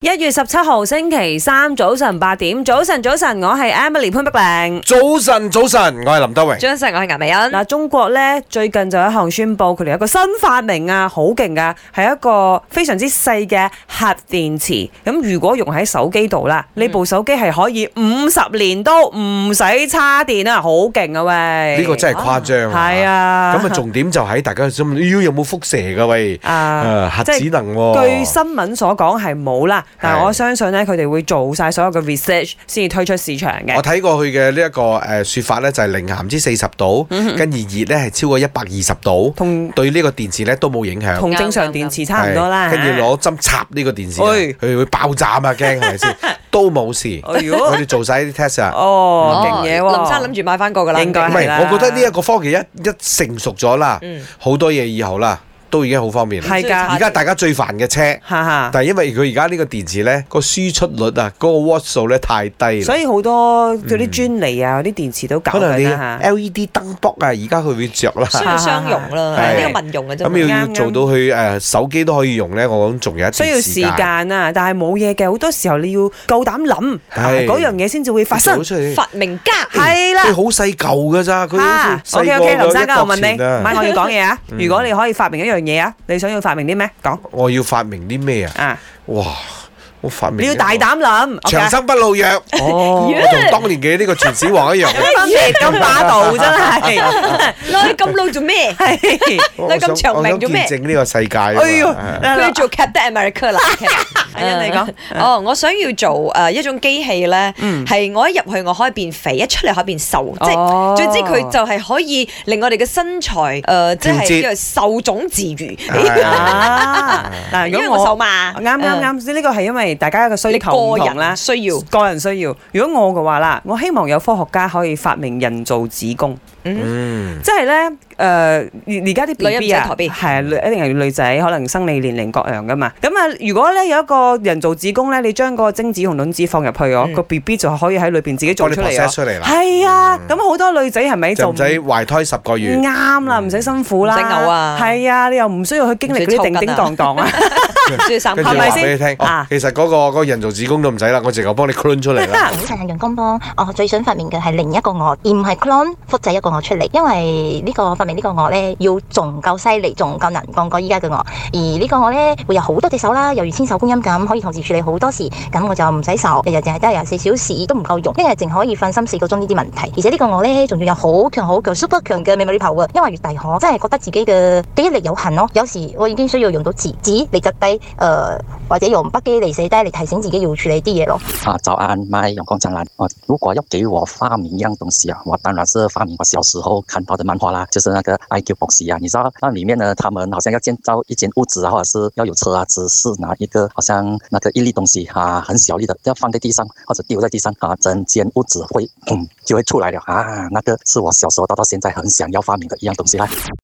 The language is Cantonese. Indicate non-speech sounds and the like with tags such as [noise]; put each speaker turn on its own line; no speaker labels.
一月十七號星期三早晨八點，早晨早晨，我係 Emily 潘碧玲。
早晨，早晨，我係林德榮。
張成我係顏美欣，
嗱，中國咧最近就有一項宣布，佢哋有一個新發明啊，好勁噶，係一個非常之細嘅核電池。咁如果用喺手機度啦，呢部手機係可以五十年都唔使叉電啊，好勁啊喂！
呢個真係誇張啊
係啊，
咁啊，重點就喺大家心，咦有冇輻射噶喂？
啊。
誒核
即係
子能
據
喎，
新聞所講係冇啦，但係
係
我相信咧，佢哋會做晒所有嘅 research 先至推出市場嘅
我。睇過佢嘅呢一個誒説法咧，就係零下唔知四十度，跟住熱咧係超過一百二十度，
同
對呢個電池咧都冇影響。
同正常電池差唔多啦。
係跟住攞針插呢個電池啊，
哎
佢會爆炸啊！驚係
[laughs]
咪先？都冇事，
哎
[laughs]
呦
我哋做晒啲 test 啊。
哦，勁嘢
林生
喎！
諗住買翻個噶啦，
應該
唔
係
係，
啦
我覺得呢一個科技一一成熟咗啦
嗯，
好多嘢以後啦，都已經好方便啦。
係㗎
而家大家最煩嘅車。
哈哈，
但係因為佢而家呢個電池咧個輸出率啊，嗰、個 watt 數咧太低
所
啦。
以好多嗰啲專利啊，嗰啲電池都搞
可能你 E
緊啦嚇。
LED 燈卜啊，而家佢會着啦。
需要商用啦，
係
呢個民用嘅啫
咁
嘛。
要
啱
要
啱
做到佢誒、呃手機都可以用咧，我諗仲有一
需要
段
時間啊，但係冇嘢嘅，好多時候你要夠膽諗，
係
嗰樣嘢先至會發生
做。出嚟
發明家
[laughs] 係啦
佢。好細嚿㗎咋，佢好
啊
似細
，OK
個
OK，林
過
生，
一
家我
角
問你，
錢
唔係
啊！
我要講嘢
[laughs]
啊！如果你可以發明一樣嘢啊，你想要發明啲咩？講
我要發明啲咩啊？
啊，
哇！我發明
你要
一個
大膽諗。
長生不
[laughs]
老藥， [laughs]
哦
我，同當年嘅呢個秦始
[laughs]
皇一樣。
分別咁霸道真
[laughs]
係。
攞去咁撈做咩？
係
我
你咁
想
長
我
命
想
做咩
見證呢個世界啊嘛。
哎呦，
係
佢要做 Captain
[laughs]
America 啦。
阿欣你講嗯
嗯哦，我想要做誒一種機器咧，係我一入去我可以變肥，一出嚟可以變瘦，即
哦
係總之佢就係可以令我哋嘅身材誒，即
調
係
節
叫做受種自如。
係
啊！嗱，
[laughs] 因為
如果
我
我
瘦嘛，
啱啱
嗯，
啱，呢個係因為大家嘅需
你
求唔
個
同啦
人，需要。
個人需要。如果我嘅話啦，我希望有科學家可以發明人造子宮，
嗯。
即係咧誒，而而家啲 B B
女人唔使
啊，
駝 B
係啊女一定係女仔，可能生理年齡各樣噶嘛。咁啊，如果咧有一個人造子宮咧，你將個精子同卵子放入去哦，
嗯
個 B B 就可以喺裏邊自己做
幫你
出嚟
process 出
哦。
嚟啦，
係啊，咁好多女仔係咪就
就
嗯
唔使懷胎十個月。
啱啦，唔使辛苦啦，
唔使嘔啊
係啊，你又唔需要去經歷嗰啲
唔使抽筋
叮
啊
叮當當啊，
需要三
跟
分
住
係咪
話俾
先
你聽，哦
啊
其實嗰個嗰個人造子宮都唔使啦，我直頭幫你 clone [laughs] 出嚟啦。
早晨啊，陽光幫，我最想發明嘅係另一個我，而唔係 clone 複製一個我出嚟，因為呢個發明呢個我呢，要仲夠犀利，仲夠能幹過依家嘅我，而呢個我呢，會有好多隻手啦，猶如千手觀音咁，可以同時處理好多事，咁我就唔使愁，日日淨係得廿四小時都唔夠用，一日淨可以瞓心四個鐘呢啲問題，而且呢個我呢，仲要有好強好強 super 強嘅 memory power，因為越大可真係覺得自己嘅記憶力有限咯，有時我已經需要用到字紙嚟執低，誒、呃、或者用筆記嚟寫低嚟提醒自己要處理啲嘢咯。
啊，早安，麦阳光灿烂。哦，如果要给我发明一样东西啊，我当然是发明我小时候看到的漫画啦，就是那个 IQ 博士啊。你知道那里面呢，他们好像要建造一间屋子啊，或者是要有车啊，只是拿一个好像那个一粒东西啊，很小粒的，要放在地上或者丢在地上啊，整间屋子会嗯就会出来了啊。那个是我小时候到到现在很想要发明的一样东西啦。